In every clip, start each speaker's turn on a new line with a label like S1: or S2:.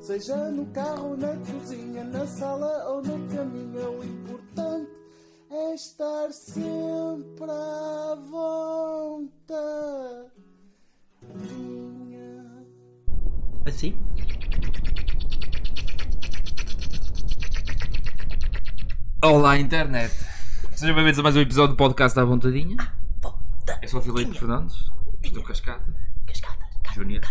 S1: Seja no carro, na cozinha, na sala ou na caminha, o importante é estar sempre à vontade.
S2: Assim? Olá, internet! Sejam bem-vindos a mais um episódio do podcast à Vontadinha. Eu sou o Filipe Fernandes, do Cascata. Cascata, Júnior.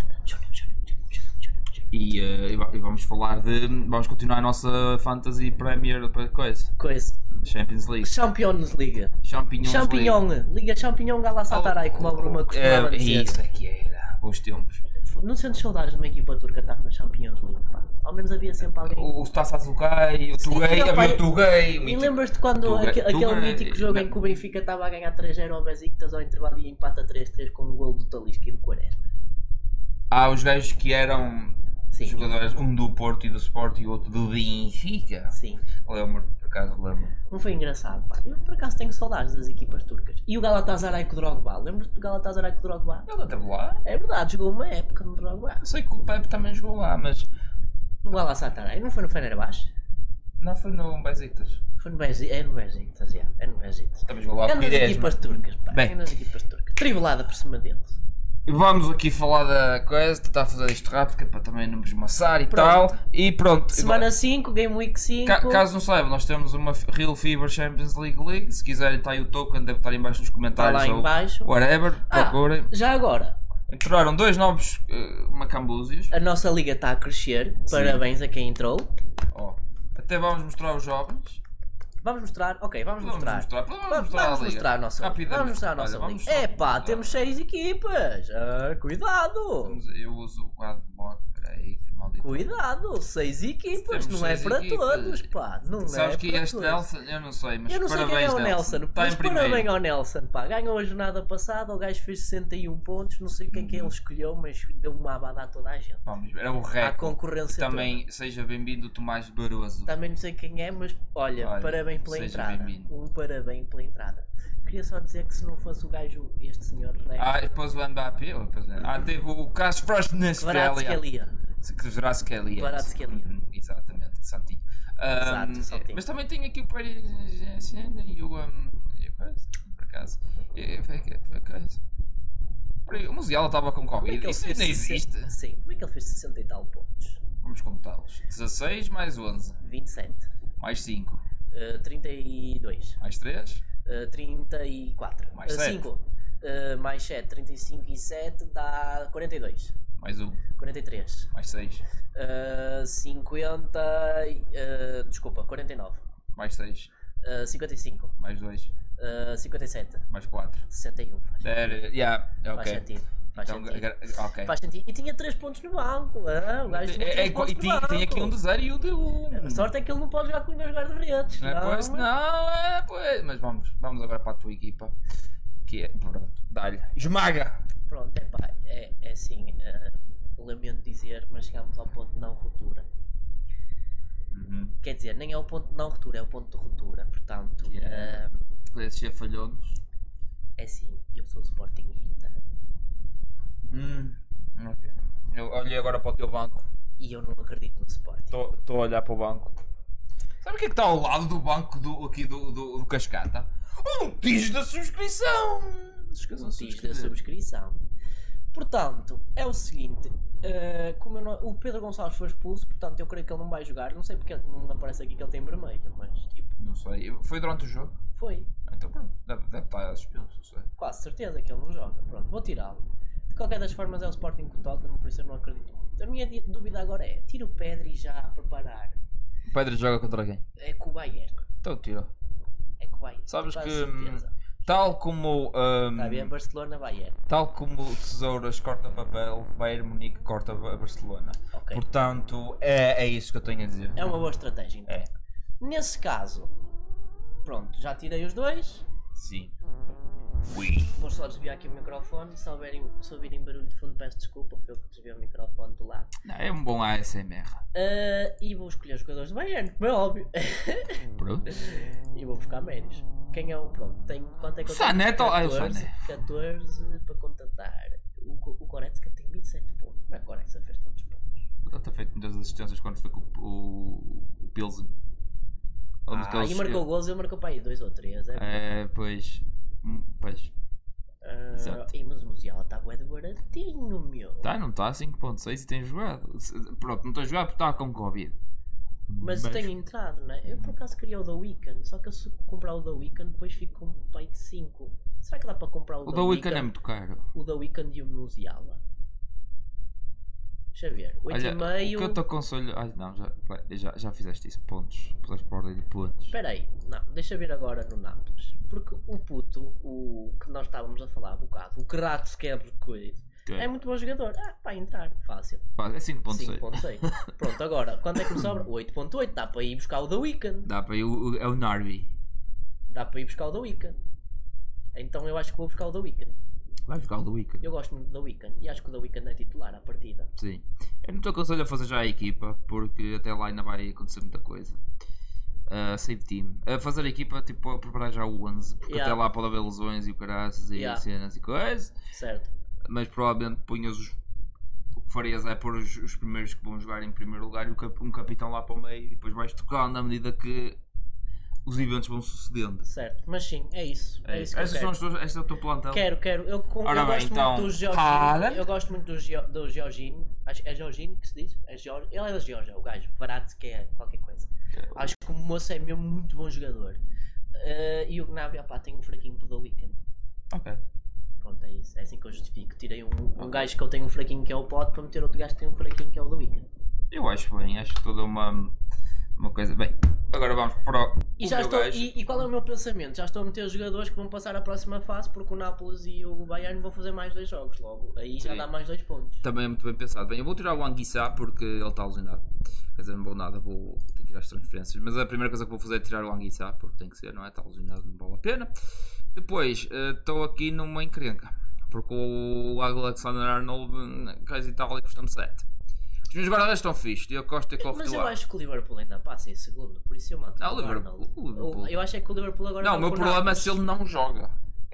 S2: E, eh, e va- e vamos falar de. Vamos continuar a nossa Fantasy Premier para coisa.
S3: Coisa.
S2: Champions League.
S3: Champions Liga.
S2: Champions
S3: Champignon. Liga Champignon Galatasaray, como a Bruma costumava
S2: É,
S3: dizer.
S2: Isso aqui era. Bons tempos.
S3: Não sentes saudades de uma equipa turca estar na Champions League, pá. Ao menos havia sempre alguém.
S2: O Tassazukai, o Tugay,
S3: rapaz.
S2: havia o Tugay. o
S3: E
S2: mítico
S3: lembras-te quando
S2: Tuga-
S3: aque- aquele
S2: Tuga- é
S3: mítico jogo
S2: na-
S3: em que o Benfica estava a ganhar 3-0 ao Besiktas ao intervalo e empata 3-3 com um gol do Talisca e do Quaresma?
S2: Há os gajos que eram
S3: Sim.
S2: jogadores, um do Porto e do Sport e outro do Benfica.
S3: Sim.
S2: Lembro, por acaso lembro.
S3: Não foi engraçado, pá. Eu por acaso tenho saudades das equipas turcas. E o Galatasaray com o Drogba. Lembras-te do Galatasaray com o Drogba?
S2: Ele esteve lá.
S3: É verdade, jogou uma época no Drogba.
S2: Eu sei que o Pepe também jogou lá, mas
S3: No Galatasaray, não foi no Fenerbahçe?
S2: não foi no Besiktas.
S3: Foi no Besiktas, é no Besiktas, já. É no Besiktas.
S2: Também jogou lá
S3: É
S2: o
S3: nas
S2: Pires.
S3: equipas turcas, pá.
S2: Bem.
S3: É nas equipas turcas. Tribulada por cima deles.
S2: Vamos aqui falar da coisa, tentar fazer isto rápido, que é para também não me esmaçar e
S3: Pronto.
S2: tal. E pronto.
S3: Semana 5, Game Week 5.
S2: Ca- caso não saibam, nós temos uma F- Real Fever Champions League League. Se quiserem, está aí o token, deve estar em baixo nos
S3: Está
S2: comentários.
S3: tá lá em
S2: ou
S3: baixo.
S2: Whatever,
S3: Ah.
S2: procurem.
S3: Já agora,
S2: Entraram dois novos eh, macambúzios.
S3: a nossa liga está a crescer. Parabéns a quem entrou.
S2: Ó, Até vamos mostrar os jovens.
S3: Vamos mostrar? Ok, vamos,
S2: Vamos
S3: mostrar.
S2: mostrar. Vamos
S3: Vamos
S2: mostrar a
S3: vamos
S2: liga.
S3: mostrar a nossa liga.
S2: Rapidamente.
S3: Vamos mostrar a nossa
S2: Olha, vamos
S3: liga.
S2: só
S3: Epá,
S2: mostrar.
S3: temos 6 equipas. Ah, cuidado.
S2: Vamos- Eu uso o adblock. Peraí, que é maldito.
S3: Cuidado. 6 equipas.
S2: Temos
S3: não é
S2: seis
S3: para
S2: equipas.
S3: todos, pá. Não
S2: Sabes
S3: é
S2: que
S3: para
S2: este
S3: todos.
S2: Nelson, eu não sei, mas
S3: Eu não sei quem
S2: parabéns,
S3: é o Nelson,
S2: Está
S3: mas
S2: em primeiro.
S3: parabéns ao Nelson, pá. Ganhou a jornada passada, o gajo fez 61 pontos, não sei quem que ele escolheu, mas deu uma abada a toda a gente.
S2: Vamos ver, é o
S3: Há
S2: recorde.
S3: concorrência
S2: Também seja bem-vindo, Tomás Baroso.
S3: toda. Ah, Também não sei quem é, mas olha,
S2: Olha,
S3: parabéns pela
S2: seja
S3: entrada.
S2: bem-vindo.
S3: Um parabéns pela entrada. Queria só dizer que se não fosse o gajo, este senhor né, Rex,
S2: Ah, e depois o Mbappé. ou depois- Ah, teve o Caso Frost na Australia.
S3: Kvaratskhelia.
S2: Kvaratskhelia.
S3: Kvaratskhelia.
S2: Hum, Exatamente, Santinho. Ah,
S3: Exato, Santinho.
S2: Mas também tem aqui o Paris Saint-Germain e o. Um, e a coisa, por acaso. E eh, foi, foi a coisa. Por aí, O Musiala estava com
S3: Como é
S2: Covid.
S3: que ele
S2: Isso
S3: fez
S2: ainda
S3: 60
S2: existe.
S3: Sim, como é que ele fez 60 e tal pontos?
S2: Vamos contá-los: 16 mais 11,
S3: 27,
S2: mais 5,
S3: eh, 32,
S2: mais 3.
S3: Uh, 34.
S2: Mais
S3: uh,
S2: sete.
S3: 5. Uh, mais 7, 35 e 7 dá 42.
S2: Mais um,
S3: 43.
S2: mais seis,
S3: Uh, 50. e- Uh, desculpa, 49.
S2: mais seis,
S3: Uh, 55.
S2: mais dois,
S3: Uh, 57.
S2: mais quatro.
S3: 61. Faz,
S2: There, yeah,
S3: faz
S2: É, ok.
S3: sentido. Faz,
S2: Então,
S3: sentido.
S2: gra- ok.
S3: faz sentido. E tinha 3 pontos no banco. Ah, o gajo tinha
S2: É- é
S3: três
S2: igual-
S3: pontos
S2: e
S3: no
S2: tem, tem aqui
S3: banco.
S2: um de zero e um de Um.
S3: A sorte é que ele não pode jogar com os meus guarda-redes.
S2: Não é pois, não, é pois. Mas vamos, vamos agora para a tua equipa. Que é, pronto, dá-lhe. Esmaga!
S3: Pronto, é pá, é, é assim, eh, lamento dizer, mas chegámos ao ponto de não ruptura.
S2: Uhum.
S3: Quer dizer, nem é o ponto de não ruptura, é o ponto de ruptura. Portanto,
S2: Que é-
S3: eh,
S2: PSG falhou-nos.
S3: é assim, eu sou Sportingista
S2: Hum, ok. Eu olhei agora para o teu banco.
S3: e eu não acredito no Sporting.
S2: Estou a olhar para o banco. Sabe o que é que está ao lado do banco do, aqui do, do, do Cascata? Um tijo da subscrição! Esqueçam de
S3: Diz da
S2: subscrever.
S3: subscrição. Portanto, é o seguinte, eh, como eu não- o Pedro Gonçalves foi expulso, portanto eu creio que ele não vai jogar. Não sei porque é que não aparece aqui que ele tem vermelho, mas tipo,
S2: Não sei, eu- foi durante o jogo.
S3: foi.
S2: Então pronto, deve, deve estar a suspenso, não sei.
S3: Quase certeza que ele não joga. Pronto, vou tirá-lo. De qualquer das formas é o Sporting com o Tottenham, por isso eu não acredito muito. A minha di- dúvida agora é, tira o Pedri já a preparar.
S2: O Pedro joga contra quem?
S3: É com o Bayern.
S2: Então tira.
S3: É com o Bayern.
S2: Sabes
S3: Quase
S2: que, hum,
S3: certeza.
S2: Tal como. hum, ahm,
S3: Está bem, é. Barcelona-Bayern.
S2: tal como o Tesouras corta papel, Bayern Munique corta a Barcelona.
S3: Ok.
S2: Portanto, é, é isso que eu tenho a dizer.
S3: É uma boa estratégia, então.
S2: É.
S3: Nesse caso, pronto, já tirei os dois.
S2: Sim. Ui.
S3: Vou só desviar aqui o microfone. Se, houverem, se ouvirem barulho de fundo, peço desculpa, foi eu que desviei o microfone do lado.
S2: Não, é um bom ASMR.
S3: Ah, e vou escolher os jogadores do Bayern, como é óbvio.
S2: Pronto.
S3: E vou buscar médios. Quem é o pronto? Tenho, quanto é que eu
S2: Sané,
S3: tenho?
S2: tal- ah, o Sané.
S3: 14 para contratar. O, Go- o Goretzka tem 27 pontos. Não é que o Goretzka fez tantos pontos?
S2: Está feito muitas assistências quando foi com o, o, o Pilsen. Onde que
S3: Ah,
S2: eles-
S3: e marcou gols, eu marcou para aí dois ou três. É,
S2: É, pois. Hum, Pois.
S3: Ah,
S2: exato.
S3: e, mas o Musiala está bué de baratinho, meu.
S2: Tá, não está 5.6 e tem jogado. Se- Pronto, não tem jogado porque está com Covid.
S3: Mas
S2: Mas-
S3: tenho entrado, né? Eu por acaso queria o The Weeknd, só que eu se comprar o The Weeknd depois fico com o Pike 5. Será que dá para comprar o,
S2: O da Wiccan é muito caro.
S3: O The Weeknd e o Musiala? Deixa eu ver.
S2: Olha, o que eu
S3: 8,5.
S2: te aconselho. Ai não, já, já, já fizeste isso. Pontos. Puseste por ordem de pontos.
S3: Espera aí, não, deixa eu ver agora no Nápoles. Porque o puto, o que nós estávamos a falar há bocado, o que rato que é coisa,
S2: Que
S3: é muito bom jogador. Ah, vai entrar, fácil.
S2: Faz- É 5.6.
S3: 5.6. Pronto, agora, quanto é que me sobra? 8.8, dá para ir buscar o The Weeknd.
S2: Dá para ir. o- o- É o Narvi.
S3: Dá para ir buscar o The Weeknd. Então eu acho que vou buscar o The Weeknd.
S2: Vai jogar o da Wiccan.
S3: Eu gosto muito do The Weeknd e acho que o The Weeknd é titular à partida.
S2: Sim. Eu não te aconselho a fazer já a equipa, porque até lá ainda vai acontecer muita coisa. Ah, save team. A fazer a equipa, tipo, a preparar já o 11, porque
S3: Yeah.
S2: até lá pode haver lesões e o caraças e
S3: Yeah.
S2: cenas e coisas.
S3: Certo.
S2: Mas provavelmente punhas os. O que farias é pôr os, os primeiros que vão jogar em primeiro lugar e o cap- um capitão lá para o meio e depois vais tocando à medida que os eventos vão sucedendo.
S3: Certo. Mas sim, é isso. É, isso que eu
S2: Estas
S3: quero.
S2: são as tuas, este é o teu plantão.
S3: Quero, quero. Eu, com,
S2: Ora
S3: eu
S2: bem,
S3: gosto
S2: então,
S3: muito do Georgino.
S2: Haaland.
S3: Eu gosto muito do, Gio, do Georgino. Acho, é Georgino que se diz? É Geor, ele é da Georgia, o gajo. Barato que é qualquer coisa. Acho que o moço é mesmo muito bom jogador. Eh, e o Gnabry, opá, tem um fraquinho pelo Weekend.
S2: Ok.
S3: Pronto, é isso. É assim que eu justifico. Tirei um, um gajo que eu tenho um fraquinho que é o Pote para meter outro gajo que tem um fraquinho que é o do Weekend.
S2: Eu acho bem, acho toda uma, uma coisa. Bem, agora vamos para o.
S3: E,
S2: o
S3: já
S2: meu
S3: estou,
S2: gajo.
S3: e, e qual é o meu pensamento? Já estou a meter os jogadores que vão passar à próxima fase porque o Nápoles e o Bayern vão fazer mais dois jogos logo. Aí já
S2: Sim.
S3: dá mais dois pontos.
S2: Também é muito bem pensado. Bem, eu vou tirar o Anguissa porque ele está lesionado. Quer dizer, não vou nada, vou tenho que tirar as transferências. Mas a primeira coisa que vou fazer é tirar o Anguissa, porque tem que ser, não é? Está lesionado, não vale a pena. Depois, eh, estou aqui numa encrenca, porque o Alexander Arnold, hum, Cais Itália, custa-me 7. Os meus guarda-redes estão fixos, Diogo Costa e Corre
S3: Mas eu
S2: titular.
S3: acho que o Liverpool ainda passa em segundo, por isso eu mato.
S2: Ah,
S3: o
S2: o Liverpool-
S3: Arnold.
S2: o Liverpool.
S3: O- Eu acho é que o Liverpool agora.
S2: Não, o
S3: joga
S2: meu
S3: com
S2: problema é
S3: Nápoles.
S2: se ele não joga.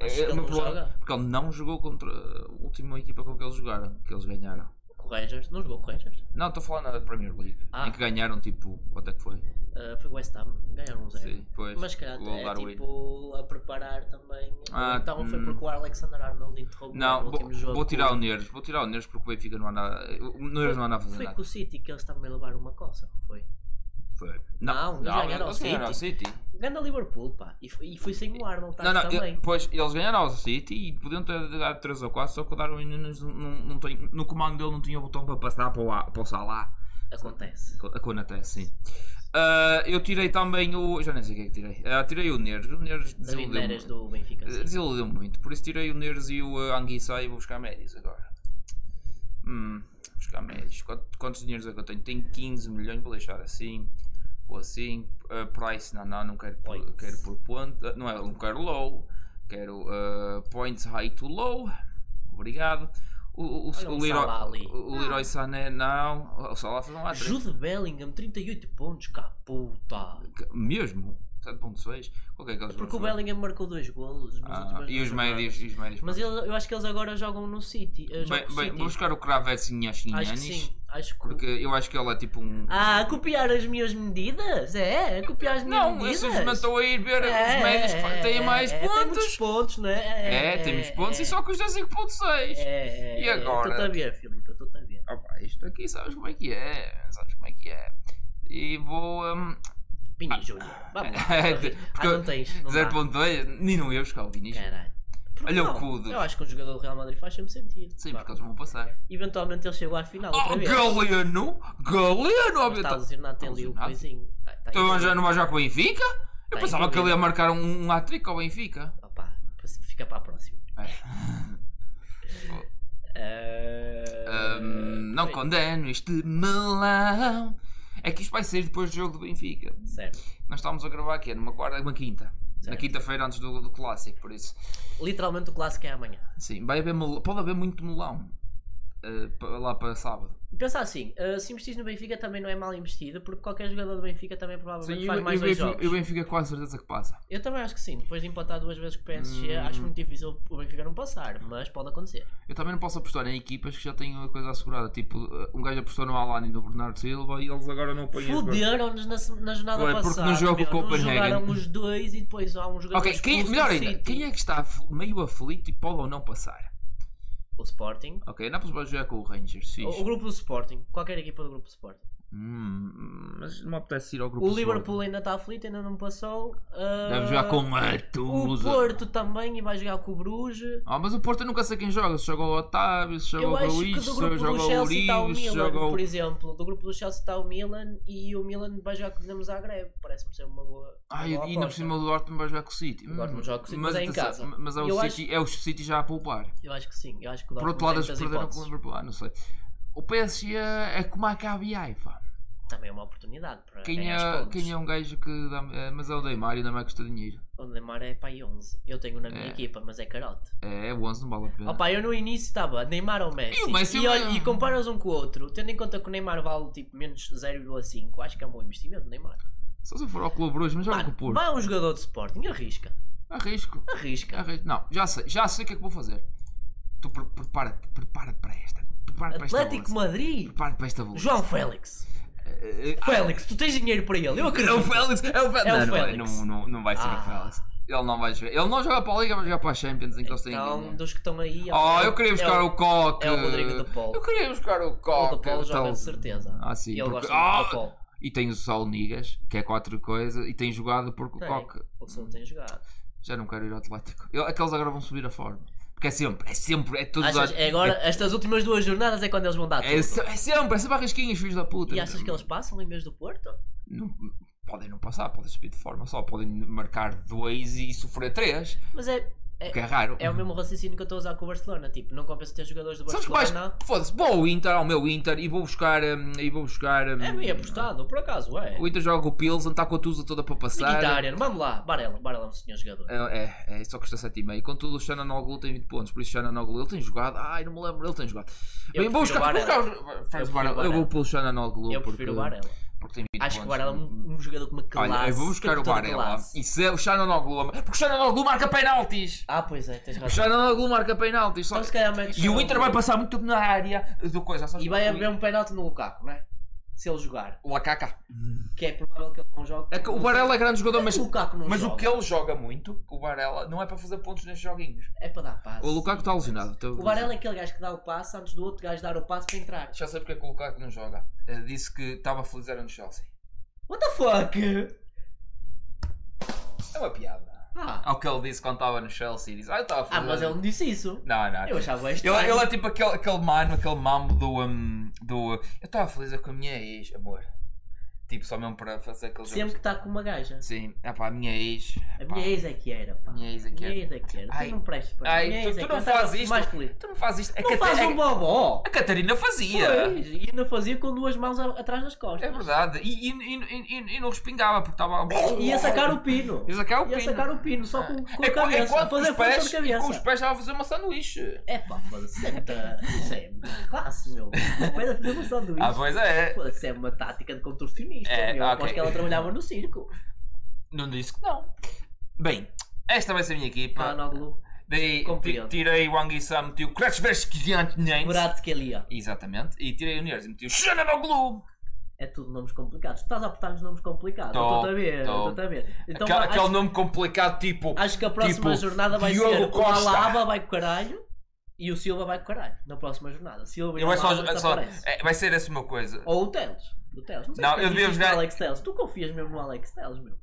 S3: Acho que
S2: É,
S3: ele
S2: o meu
S3: não
S2: problema,
S3: joga.
S2: porque ele não jogou contra a última equipa com que eles jogaram, que eles ganharam.
S3: Com o Rangers, não jogou com o Rangers.
S2: Não, estou a falar na Premier League,
S3: Ah.
S2: em que ganharam tipo, quanto é que foi?
S3: Ah, foi o West Ham, ganharam um zero.
S2: Sim, pois.
S3: Mas calhar
S2: o
S3: é
S2: Darwin.
S3: tipo a preparar também.
S2: Ah,
S3: Ou então foi
S2: hum.
S3: porque o Alexander Arnold interrompeu
S2: Não,
S3: no
S2: vou,
S3: último jogo.
S2: vou tirar
S3: com-
S2: o Neres, vou tirar o Neres porque o Benfica não anda. O Neres não anda a fazer
S3: Foi
S2: nada.
S3: com o City que eles também levaram uma coça, não foi?
S2: Foi.
S3: Não, eles ganharam ao
S2: eles ganharam ao City.
S3: Ganha Liverpool, pá. E foi, e foi sem o Arnold tá,
S2: Não, não,
S3: também.
S2: ele- pois eles ganharam ao City e podiam ter dado 3 ou 4, só que o Darwin Nunes não, não tem, no comando dele não tinha o botão para passar para o, A- para o Salah.
S3: Acontece.
S2: A cona até, sim. Ah, eu tirei também o. Já nem sei o que é que tirei. Ah, tirei o Neres. O Neres
S3: David Neres
S2: desiludeu-me.
S3: do Benfica. sim.
S2: Desiludeu muito. Por isso tirei o Neres e o ah, Anguissa e vou buscar médios agora. Hum, vou buscar médios. Quanto- Quantos dinheiros é que eu tenho? Tenho 15 milhões, vou deixar assim. Ou assim. Ah, price, não, não, não quero por,
S3: Points.
S2: quero por ponta. Não é, não quero low. Quero ah, points high to low. Obrigado. O, o, o,
S3: Olha um
S2: o Leroy,
S3: Salah ali.
S2: o Leroy Sané, não. O Salah fez um hat-trick.
S3: Jude Bellingham, 38 pontos, cá, puta.
S2: Que- Mesmo? 7.6? Qual que é que eles
S3: Porque
S2: vão
S3: o
S2: jogar?
S3: Bellingham marcou dois golos nos
S2: Ah,
S3: últimos
S2: e os médios? E os médios
S3: Mas ele- eu acho que eles agora jogam no City. eh, jogam
S2: bem,
S3: no
S2: bem,
S3: City.
S2: vou buscar o Cravets
S3: acho que
S2: Inhaxinhanis.
S3: sim. Acho que.
S2: Porque eu acho que ele é tipo um.
S3: Ah, copiar as minhas medidas? É, copiar as minhas
S2: não, eu
S3: medidas.
S2: simplesmente estou a ir ver
S3: É,
S2: os médios que
S3: é,
S2: têm
S3: é,
S2: mais
S3: é, Tem muitos
S2: pontos.
S3: pontos, não é?
S2: é, temos pontos
S3: é,
S2: e só custa 5.6.
S3: É, é,
S2: E
S3: é,
S2: agora?
S3: Estou-te a ver, Filipe, eu estou-te a ver.
S2: Opa, isto aqui sabes como é que é. Sabes como é que é. E vou. Um,
S3: Vini Júnior, Tá vamos. lá. ah,
S2: É, porque
S3: não tens. Não dá. É.
S2: 0.2, nem não ia buscar o Vinícius.
S3: Caralho.
S2: Olha o
S3: Não,
S2: Kudos.
S3: Eu acho que um jogador do Real Madrid faz sempre sentido.
S2: Sim,
S3: Pá.
S2: porque eles vão passar.
S3: Eventualmente ele chegou à final outra
S2: Oh,
S3: vez.
S2: Galeno! Galeno!
S3: Mas está lesionado, tem
S2: Está
S3: ali o
S2: tá lesionado?
S3: coisinho. Ah, está
S2: Então
S3: aí.
S2: já não vai jogar com o Benfica? Eu
S3: Tá
S2: pensava que ele ia
S3: envolvido.
S2: marcar um, um hat-trick ao Benfica.
S3: Opa, assim, fica para a próxima.
S2: É.
S3: Ah,
S2: Ahm, Hum, não
S3: bem,
S2: condeno este melão. É que isto vai ser depois do jogo do Benfica.
S3: Certo.
S2: Nós estávamos a gravar aqui, é numa quarta, uma quinta. Na
S3: Certo.
S2: quinta-feira antes do, do clássico, por isso.
S3: Literalmente o clássico é amanhã.
S2: Sim, vai haver melão. Pode haver muito melão. ah, pa- eh, lá para sábado.
S3: Pensar assim, eh, se investir no Benfica também não é mal investido, porque qualquer jogador do Benfica também
S2: Sim,
S3: provavelmente
S2: e o,
S3: faz
S2: e
S3: mais
S2: o
S3: dois
S2: Benfica,
S3: jogos.
S2: e o Benfica com a certeza que passa.
S3: Eu também acho que sim. Depois de empatar duas vezes com o PSG,
S2: Hum.
S3: acho muito difícil o Benfica não passar, mas pode acontecer.
S2: Eu também não posso apostar em equipas que já têm uma coisa assegurada. Tipo, um gajo apostou no Alani e no Bernardo Silva e eles agora não apanham. os dois.
S3: Fuderam-nos na, se- na jornada
S2: Ué, é. porque
S3: passada.
S2: no jogo
S3: meu.
S2: com o
S3: Não
S2: Copenhagen-
S3: Jogaram os dois e depois há um jogador.
S2: Ok, quem,
S3: expulso do
S2: melhor ainda,
S3: City.
S2: quem é que está af- meio aflito e pode ou não passar?
S3: O Sporting.
S2: Ok, Nápoles vai jogar com o Rangers, sim.
S3: O, o grupo do Sporting. Qualquer equipa do grupo do Sporting.
S2: Hum, mas não me apetece ir ao grupo
S3: O
S2: Sport.
S3: Liverpool ainda está aflito, ainda não passou. Ah,
S2: Deve jogar com a
S3: O
S2: Tusa.
S3: Porto também e vai jogar com o Bruges.
S2: Ah, mas o Porto eu nunca sei quem joga. Se joga o Otávio, se joga
S3: Eu
S2: o
S3: acho que
S2: Luís,
S3: do
S2: se
S3: grupo
S2: joga
S3: do
S2: o
S3: Chelsea está o
S2: Uribe, se
S3: Milan,
S2: joga o.
S3: por exemplo. Do grupo do Chelsea está o Milan e o Milan vai jogar com o Dinamo Zagreb. Parece-me ser uma boa.
S2: Ai,
S3: uma boa
S2: e ainda por
S3: aposta.
S2: cima o Dortmund vai jogar com o City.
S3: O Dortmund joga com o City, mas é em
S2: atenção,
S3: casa.
S2: Mas é o,
S3: Eu
S2: City, é o City já a poupar.
S3: Eu acho que sim. Eu acho que o
S2: Por outro lado,
S3: Dortmund
S2: eles
S3: tem muitas
S2: perderam com o
S3: hipóteses.
S2: Liverpool. Ah, não sei. O PSG é como a KBI, pá.
S3: Também é uma oportunidade para
S2: Quem
S3: ganhar
S2: é,
S3: pontos.
S2: quem é um gajo que dá. é, mas é o Neymar, ainda mais custa dinheiro.
S3: O Neymar é pai 11. Eu tenho na minha
S2: É.
S3: equipa, mas é carote.
S2: É, é o 11, não vale a pena.
S3: Opa, eu no início estava Neymar ou Messi.
S2: E o Messi é
S3: e, olha,
S2: uma-
S3: e comparas um com o outro, tendo em conta que o Neymar vale tipo menos 0,5, acho que é um bom investimento. Neymar.
S2: Só se eu for ao Clube Bruges, mas joga com o
S3: Mano,
S2: Porto.
S3: vai um jogador de Sporting, arrisca.
S2: Arrisco.
S3: Arrisca.
S2: Arrisco. Não, já sei, já sei o que é que vou fazer. Tu pre- prepara-te, prepara-te para esta. Prepara-te para esta.
S3: Atlético
S2: bolsa.
S3: Madrid.
S2: Prepara-te para esta bolsa.
S3: João Félix.
S2: Eh, eh,
S3: Félix, tu tens dinheiro para ele, eu
S2: É o
S3: acredito.
S2: Félix, é o Félix.
S3: É o
S2: não,
S3: Félix.
S2: Não, não, não vai ser
S3: Ah.
S2: o Félix. Ele não vai jogar. Ele não joga para a Liga, vai jogar para a Champions, em que eles têm
S3: Então,
S2: ganho.
S3: dos que estão aí. é o-
S2: Oh, eu queria
S3: é
S2: buscar o Coque.
S3: é o Rodrigo de Paul.
S2: Eu queria buscar o
S3: O
S2: Coque.
S3: da Paulo joga
S2: tal.
S3: de certeza.
S2: Ah, sim,
S3: E ele
S2: porque-
S3: gosta
S2: Ah!
S3: muito do Paulo.
S2: E tem o Saul Nigas, que é quatro coisas, e tem jogado porque
S3: Tem.
S2: o Coque.
S3: O Sul tem jogado.
S2: Já não quero ir ao Atlético. Eu- aqueles agora vão subir a forma. Porque é sempre, é sempre, é todos os
S3: Achas,
S2: anos.
S3: é agora, estas últimas duas jornadas é quando eles vão dar tudo.
S2: É, se- é sempre, é sempre a risquinhas, filhos da puta.
S3: E achas que eles passam em vez do Porto?
S2: Não- podem não passar, podem subir de forma só, podem marcar dois e sofrer três,
S3: Mas é,
S2: o que é raro.
S3: é o mesmo raciocínio que eu estou a usar com o Barcelona. Tipo, não compensa ter jogadores do
S2: Sabes que vais.
S3: Barcelona.
S2: Foda-se, vou ao Inter, ao meu Inter, e vou buscar. hum, e vou buscar hum,
S3: É bem apostado, por acaso, é.
S2: O Inter joga o Pilsen, está com a Tusa toda para passar.
S3: Mkhitaryan, vamos lá. Barela, Barela é um senhor jogador.
S2: É, é, é, só custa 7,5. Contudo, o Xananoglu tem 20 pontos, por isso Xananoglu ele tem jogado. Ai, não me lembro, ele tem jogado.
S3: Eu
S2: Bem, vou buscar,
S3: prefiro o
S2: vou buscar.
S3: Varela.
S2: os- faz
S3: prefiro
S2: o Varela.
S3: o
S2: Eu vou
S3: Varela.
S2: pelo Xananoglu.
S3: Eu prefiro o
S2: porque-
S3: Barela.
S2: Porque tem 20
S3: Acho que o
S2: pontos.
S3: Barela é um, um jogador com uma classe. tipo
S2: Olha, eu vou buscar o
S3: toda
S2: Varela.
S3: classe.
S2: E se é o Xananoglu. Porque o Xananoglu marca penaltis.
S3: Ah, pois é, tens
S2: O
S3: razão.
S2: Xananoglu marca penaltis. Só...
S3: Então, se calhar, metes
S2: E o
S3: só
S2: Inter vai passar muito tempo na área do coisa. sabes? é
S3: E vai haver um penalti no Lukaku, não é? Se ele jogar.
S2: O Akaka.
S3: Que é provável que ele não jogue.
S2: É que o Varela é grande jogador, mas,
S3: o Lukaku não
S2: mas
S3: joga.
S2: o que ele joga muito, o Varela, não é para fazer pontos nestes joguinhos.
S3: É para dar passe.
S2: O Lukaku está alucinado. então
S3: O Varela é aquele gajo que dá o passo antes do outro gajo dar o passo para entrar.
S2: Já sei porque é que o Lukaku não joga. Eh, Disse que estava a felizar no Chelsea.
S3: What the fuck?
S2: É uma piada.
S3: Ah,
S2: Ao que ele disse quando estava no Chelsea. Disse, ah, eu estava a
S3: ah
S2: felizar.
S3: mas ele não disse isso.
S2: Não, não.
S3: Eu achava isto.
S2: Ele, ele é tipo aquele, aquele mano, aquele mambo do. hum, do uh, eu estava feliz com a minha ex, amor. Tipo, só mesmo para fazer aquele
S3: Sempre que
S2: jogo.
S3: está com uma gaja.
S2: Sim, é pá, a minha ex.
S3: A
S2: é- pá,
S3: minha ex é que era, pá.
S2: a minha ex é
S3: A
S2: que
S3: minha
S2: é.
S3: ex é que era.
S2: Ai.
S3: Tu não prestes para
S2: Ai,
S3: A minha
S2: tu-
S3: ex é
S2: tu
S3: que
S2: não
S3: eu estava
S2: fazes isto. É
S3: Mais feliz.
S2: Tu não fazes isto. A,
S3: Não
S2: Cata-
S3: faz
S2: a-
S3: um bobó.
S2: a Catarina fazia.
S3: Pois, e ainda fazia com duas mãos a- atrás das costas.
S2: É verdade. E, e, e, e- e não respingava porque estava.
S3: Ia sacar o pino.
S2: Ia sacar o
S3: Ia
S2: pino.
S3: sacar o pino, só com, com
S2: É
S3: a
S2: qua- é
S3: cabeça.
S2: quando com
S3: fazer
S2: os
S3: força
S2: pés,
S3: de
S2: e com os
S3: cabeça.
S2: pés estava a fazer uma sanduíche.
S3: É pá, foda-se. isso é muita- Isso é muita classe, meu. O pé da fazer um sanduíche.
S2: Ah, pois é.
S3: Pô, Isso é uma tática de contorcionista.
S2: É,
S3: meu. Eu aposto
S2: ok.
S3: que ela trabalhava no circo.
S2: Não disse que não. Bem, esta vai ser a minha
S3: Ah,
S2: equipa.
S3: Noglu.
S2: Dei,
S3: Compreendo.
S2: ti- tirei o Anguissa, meti o Kretschverskyantnens.
S3: Burados que ali, ó.
S2: Exatamente. E tirei o Neres e meti o Xananoglu.
S3: É tudo nomes complicados. Estás a apertar nos nomes complicados.
S2: Tô,
S3: eu Estou a ver.
S2: tô.
S3: eu Estou a ver. Então,
S2: Aquele,
S3: vá,
S2: aquele
S3: acho,
S2: nome complicado tipo.
S3: acho que a próxima
S2: tipo,
S3: jornada vai
S2: Diogo
S3: ser
S2: Costa.
S3: o Alaba vai com o caralho e o Silva vai com o caralho. Na próxima jornada. Silva e
S2: Eu é só,
S3: Alaba
S2: é só-
S3: desaparecem.
S2: é, vai ser essa uma coisa.
S3: Ou o Teles. O Teles. Não, sei
S2: Não,
S3: porque
S2: eu devia
S3: existe
S2: jogar-
S3: Alex Teles. Tu confias mesmo no Alex Teles, meu.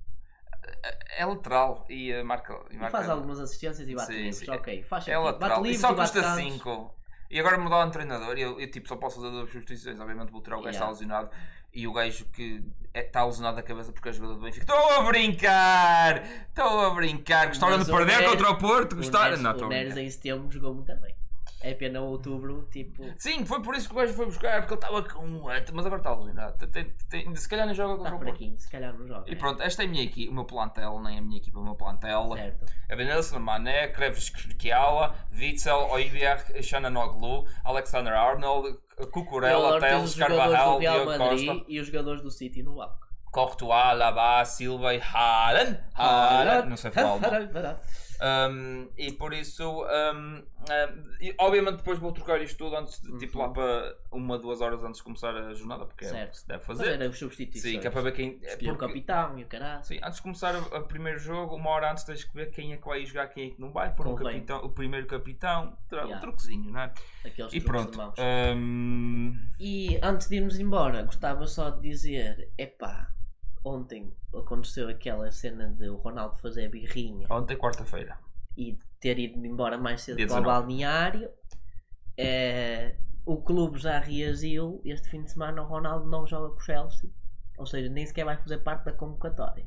S2: É lateral e eh, marca. E
S3: E
S2: marca
S3: faz algumas assistências e bate
S2: Sim,
S3: livres.
S2: sim.
S3: Ok, faz
S2: É
S3: sentido. bate tipo,
S2: lateral. E
S3: livres
S2: só
S3: e bate
S2: custa
S3: cantos.
S2: 5. E agora mudar um treinador. e Eu, eu, tipo, só posso fazer duas substituições. Obviamente vou tirar o gajo que está
S3: Yeah.
S2: alusionado. E o gajo que é- está alusionado da cabeça porque é jogador do Benfica. Estou a brincar! Estou a brincar! Gostaram
S3: Mas
S2: de
S3: o
S2: perder
S3: Neres-
S2: contra o Porto?
S3: O
S2: Gostaram?
S3: Neres,
S2: Não,
S3: o
S2: estou a
S3: Neres
S2: brincar.
S3: em setembro jogou muito bem. É pena outubro, tipo.
S2: Sim, foi por isso que o gajo foi buscar, porque ele estava com um ante, mas agora está alusionado. Tem- tem- se calhar nem joga contra
S3: Está
S2: o Porto.
S3: tá fraquinho, se calhar não joga.
S2: E
S3: né?
S2: pronto, esta é a minha equipa, o meu plantel, nem a minha equipa, o meu plantel. É
S3: Certo.
S2: Evanilson, Mané, Kreves Kiala, Witzel, Oiberg, Shananoglu, Alexander Arnold,
S3: Ele
S2: Cucurella,
S3: tem
S2: Teles,
S3: os jogadores do
S2: Carvajal,
S3: Real
S2: Diogo
S3: Madrid
S2: Costa,
S3: e os jogadores do City no banco.
S2: Courtois, Alaba, Silva e Haaland. Haaland, não sei falar alemão. Um, e por isso, um, um, e obviamente, depois vou trocar isto tudo antes de, tipo lá para uma, duas horas antes de começar a jornada, porque é o
S3: Uhum. Certo.
S2: que se deve
S3: Mas
S2: fazer.
S3: era os substituições.
S2: Sim, que é para ver quem. é
S3: Escolher o
S2: porque-
S3: capitão e o caralho.
S2: Sim, antes de começar o o primeiro jogo, uma hora antes tens que ver quem é que vai jogar, quem é que não vai, pôr o,
S3: Convém.
S2: capitão, o primeiro capitão, terá um
S3: Yeah.
S2: truquezinho, não é? E
S3: Aqueles truques de
S2: pronto.
S3: mãos.
S2: hum,
S3: E antes de irmos embora, gostava só de dizer: epá, ontem aconteceu aquela cena de o Ronaldo fazer a birrinha
S2: ontem, quarta-feira.
S3: e ter ido embora mais cedo
S2: Dia
S3: para o
S2: 19.
S3: balneário. Eh, o clube já reagiu. Este fim de semana o Ronaldo não joga com o Chelsea, ou seja, nem sequer vai fazer parte da convocatória.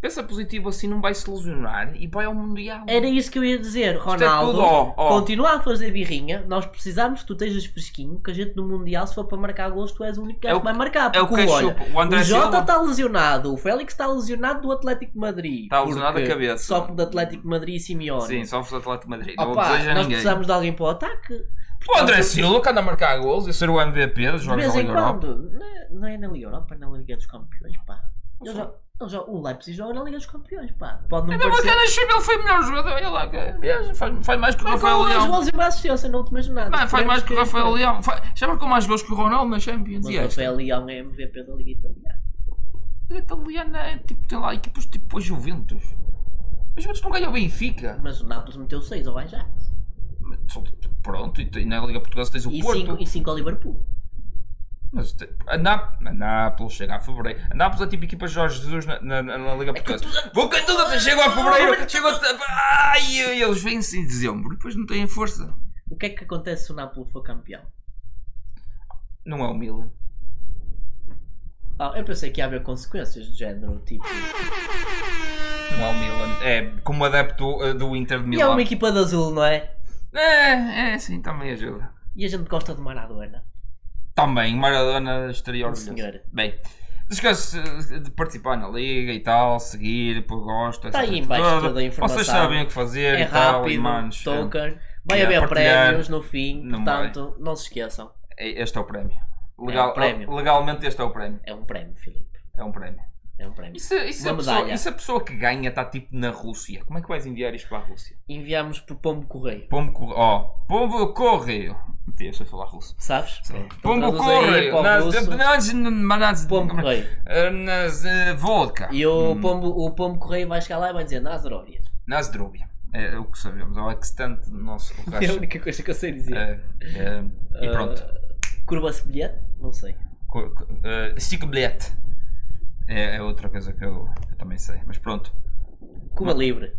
S2: Pensa positivo assim, não vai se lesionar e vai ao Mundial.
S3: Era isso que eu ia dizer,
S2: Isto é
S3: Ronaldo.
S2: tudo, ó, ó.
S3: Continua a fazer birrinha, nós precisamos que tu estejas fresquinho, que a gente no Mundial, se for para marcar gols, tu és o único gajo
S2: É o-
S3: que vai marcar.
S2: É o
S3: porque,
S2: que eu
S3: olha,
S2: chupo. O André
S3: o Jota
S2: Silva.
S3: está lesionado, o Félix está lesionado do Atlético de Madrid.
S2: Está lesionado
S3: porque
S2: da cabeça.
S3: Sofre do Atlético de Madrid e Simeone.
S2: Sim, só o Atlético de Madrid. não
S3: Opa,
S2: deseja
S3: nós
S2: ninguém.
S3: precisamos de alguém para o ataque.
S2: O André Silva que anda a marcar gols e ser o MVP dos
S3: De
S2: Jogos
S3: vez
S2: da
S3: em
S2: Liga Europa.
S3: quando. Na- Não é na Liga Europa, é na Liga dos Campeões, pá. Ele joga- ele joga- o Leipzig joga na Liga dos Campeões, pá. Pode não
S2: Ainda bem que
S3: parecer.
S2: na China ele foi o melhor jogador. Olha lá, que- é, faz, faz mais que o Rafael
S3: Marcou dois
S2: Leão.
S3: gols e uma assistência na última jornada.
S2: Não, faz mais que o
S3: Esperemos
S2: Rafael Leão. Faz- Já marcou mais gols que o Ronaldo na Champions.
S3: Mas
S2: E
S3: o
S2: esta?
S3: Rafael Leão é MVP da Liga Italiana.
S2: A italiana é tipo, tem lá equipas tipo a Juventus. Mas Juventus não ganha o Benfica.
S3: Mas o Nápoles meteu 6 ao Ajax.
S2: Mas, só- tipo, Pronto, e te- na Liga Portuguesa tens o
S3: E
S2: Porto.
S3: 5 e cinco ao Liverpool.
S2: Mas te- a, Náp a Nápoles chega a fevereiro. A Nápoles é tipo equipa de Jorge Jesus na, na, na- na
S3: É
S2: Liga Portuguesa. Vou com tudo até chego
S3: Ah,
S2: a fevereiro. Chego a... Ai, eles vencem em dezembro. Depois não têm força.
S3: O que é que acontece se o Nápoles for campeão?
S2: Não é o Milan.
S3: Ah, eu pensei que ia haver consequências do género, tipo.
S2: Não é o Milan. É como adepto eh, do Inter de
S3: E é
S2: Milão.
S3: uma equipa de azul, não é?
S2: É, é, sim, também ajuda.
S3: E a gente gosta de Maradona.
S2: Também, Maradona estaria
S3: Sim,
S2: orgulhoso.
S3: senhor.
S2: Bem, não esquece eh, de participar na liga e tal, seguir, por gosto, essa
S3: Está Tá aí
S2: coisa
S3: embaixo
S2: toda.
S3: toda a informação.
S2: Vocês sabem o que fazer
S3: É
S2: e tal, e
S3: rápido,
S2: manos,
S3: token. Vai
S2: Yeah,
S3: haver
S2: partilhar.
S3: prémios no fim,
S2: Não
S3: portanto, não se esqueçam.
S2: eh, Este é o prémio. Legal-
S3: É o prémio.
S2: Legalmente este é o prémio.
S3: É um prémio, Filipe.
S2: É um prémio.
S3: É um prémio.
S2: E se, e se
S3: Uma
S2: a, pessoa,
S3: medalha.
S2: e se a pessoa que ganha está tipo na Rússia? Como é que vais enviar isto para a Rússia?
S3: Enviamos por Pombo Correio.
S2: Pombo Correio. Ó, Pombo Correio. Mentira, eu sei falar russo.
S3: Sabes? Então
S2: Pombo
S3: traduz aí
S2: Correio.
S3: para o
S2: Nas-
S3: russo.
S2: nas- nas-
S3: Pombo Correio.
S2: eh, Nas eh, vodka.
S3: E o,
S2: Hum.
S3: pombo, o pombo correio vai chegar lá e vai dizer Nazaróvia.
S2: Nasdrubia. É o que sabemos, é o extante do nosso
S3: É a
S2: borracha.
S3: única coisa que eu sei dizer.
S2: É, é, e
S3: Ah,
S2: pronto.
S3: Curva-se bilhete? Não sei.
S2: Co- co- eh, Stick bilhete. É, é outra coisa que eu, eu também sei. Mas pronto.
S3: Cuba livre.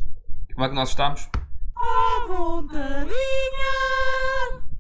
S2: Como é que nós estamos?
S1: vontadinha.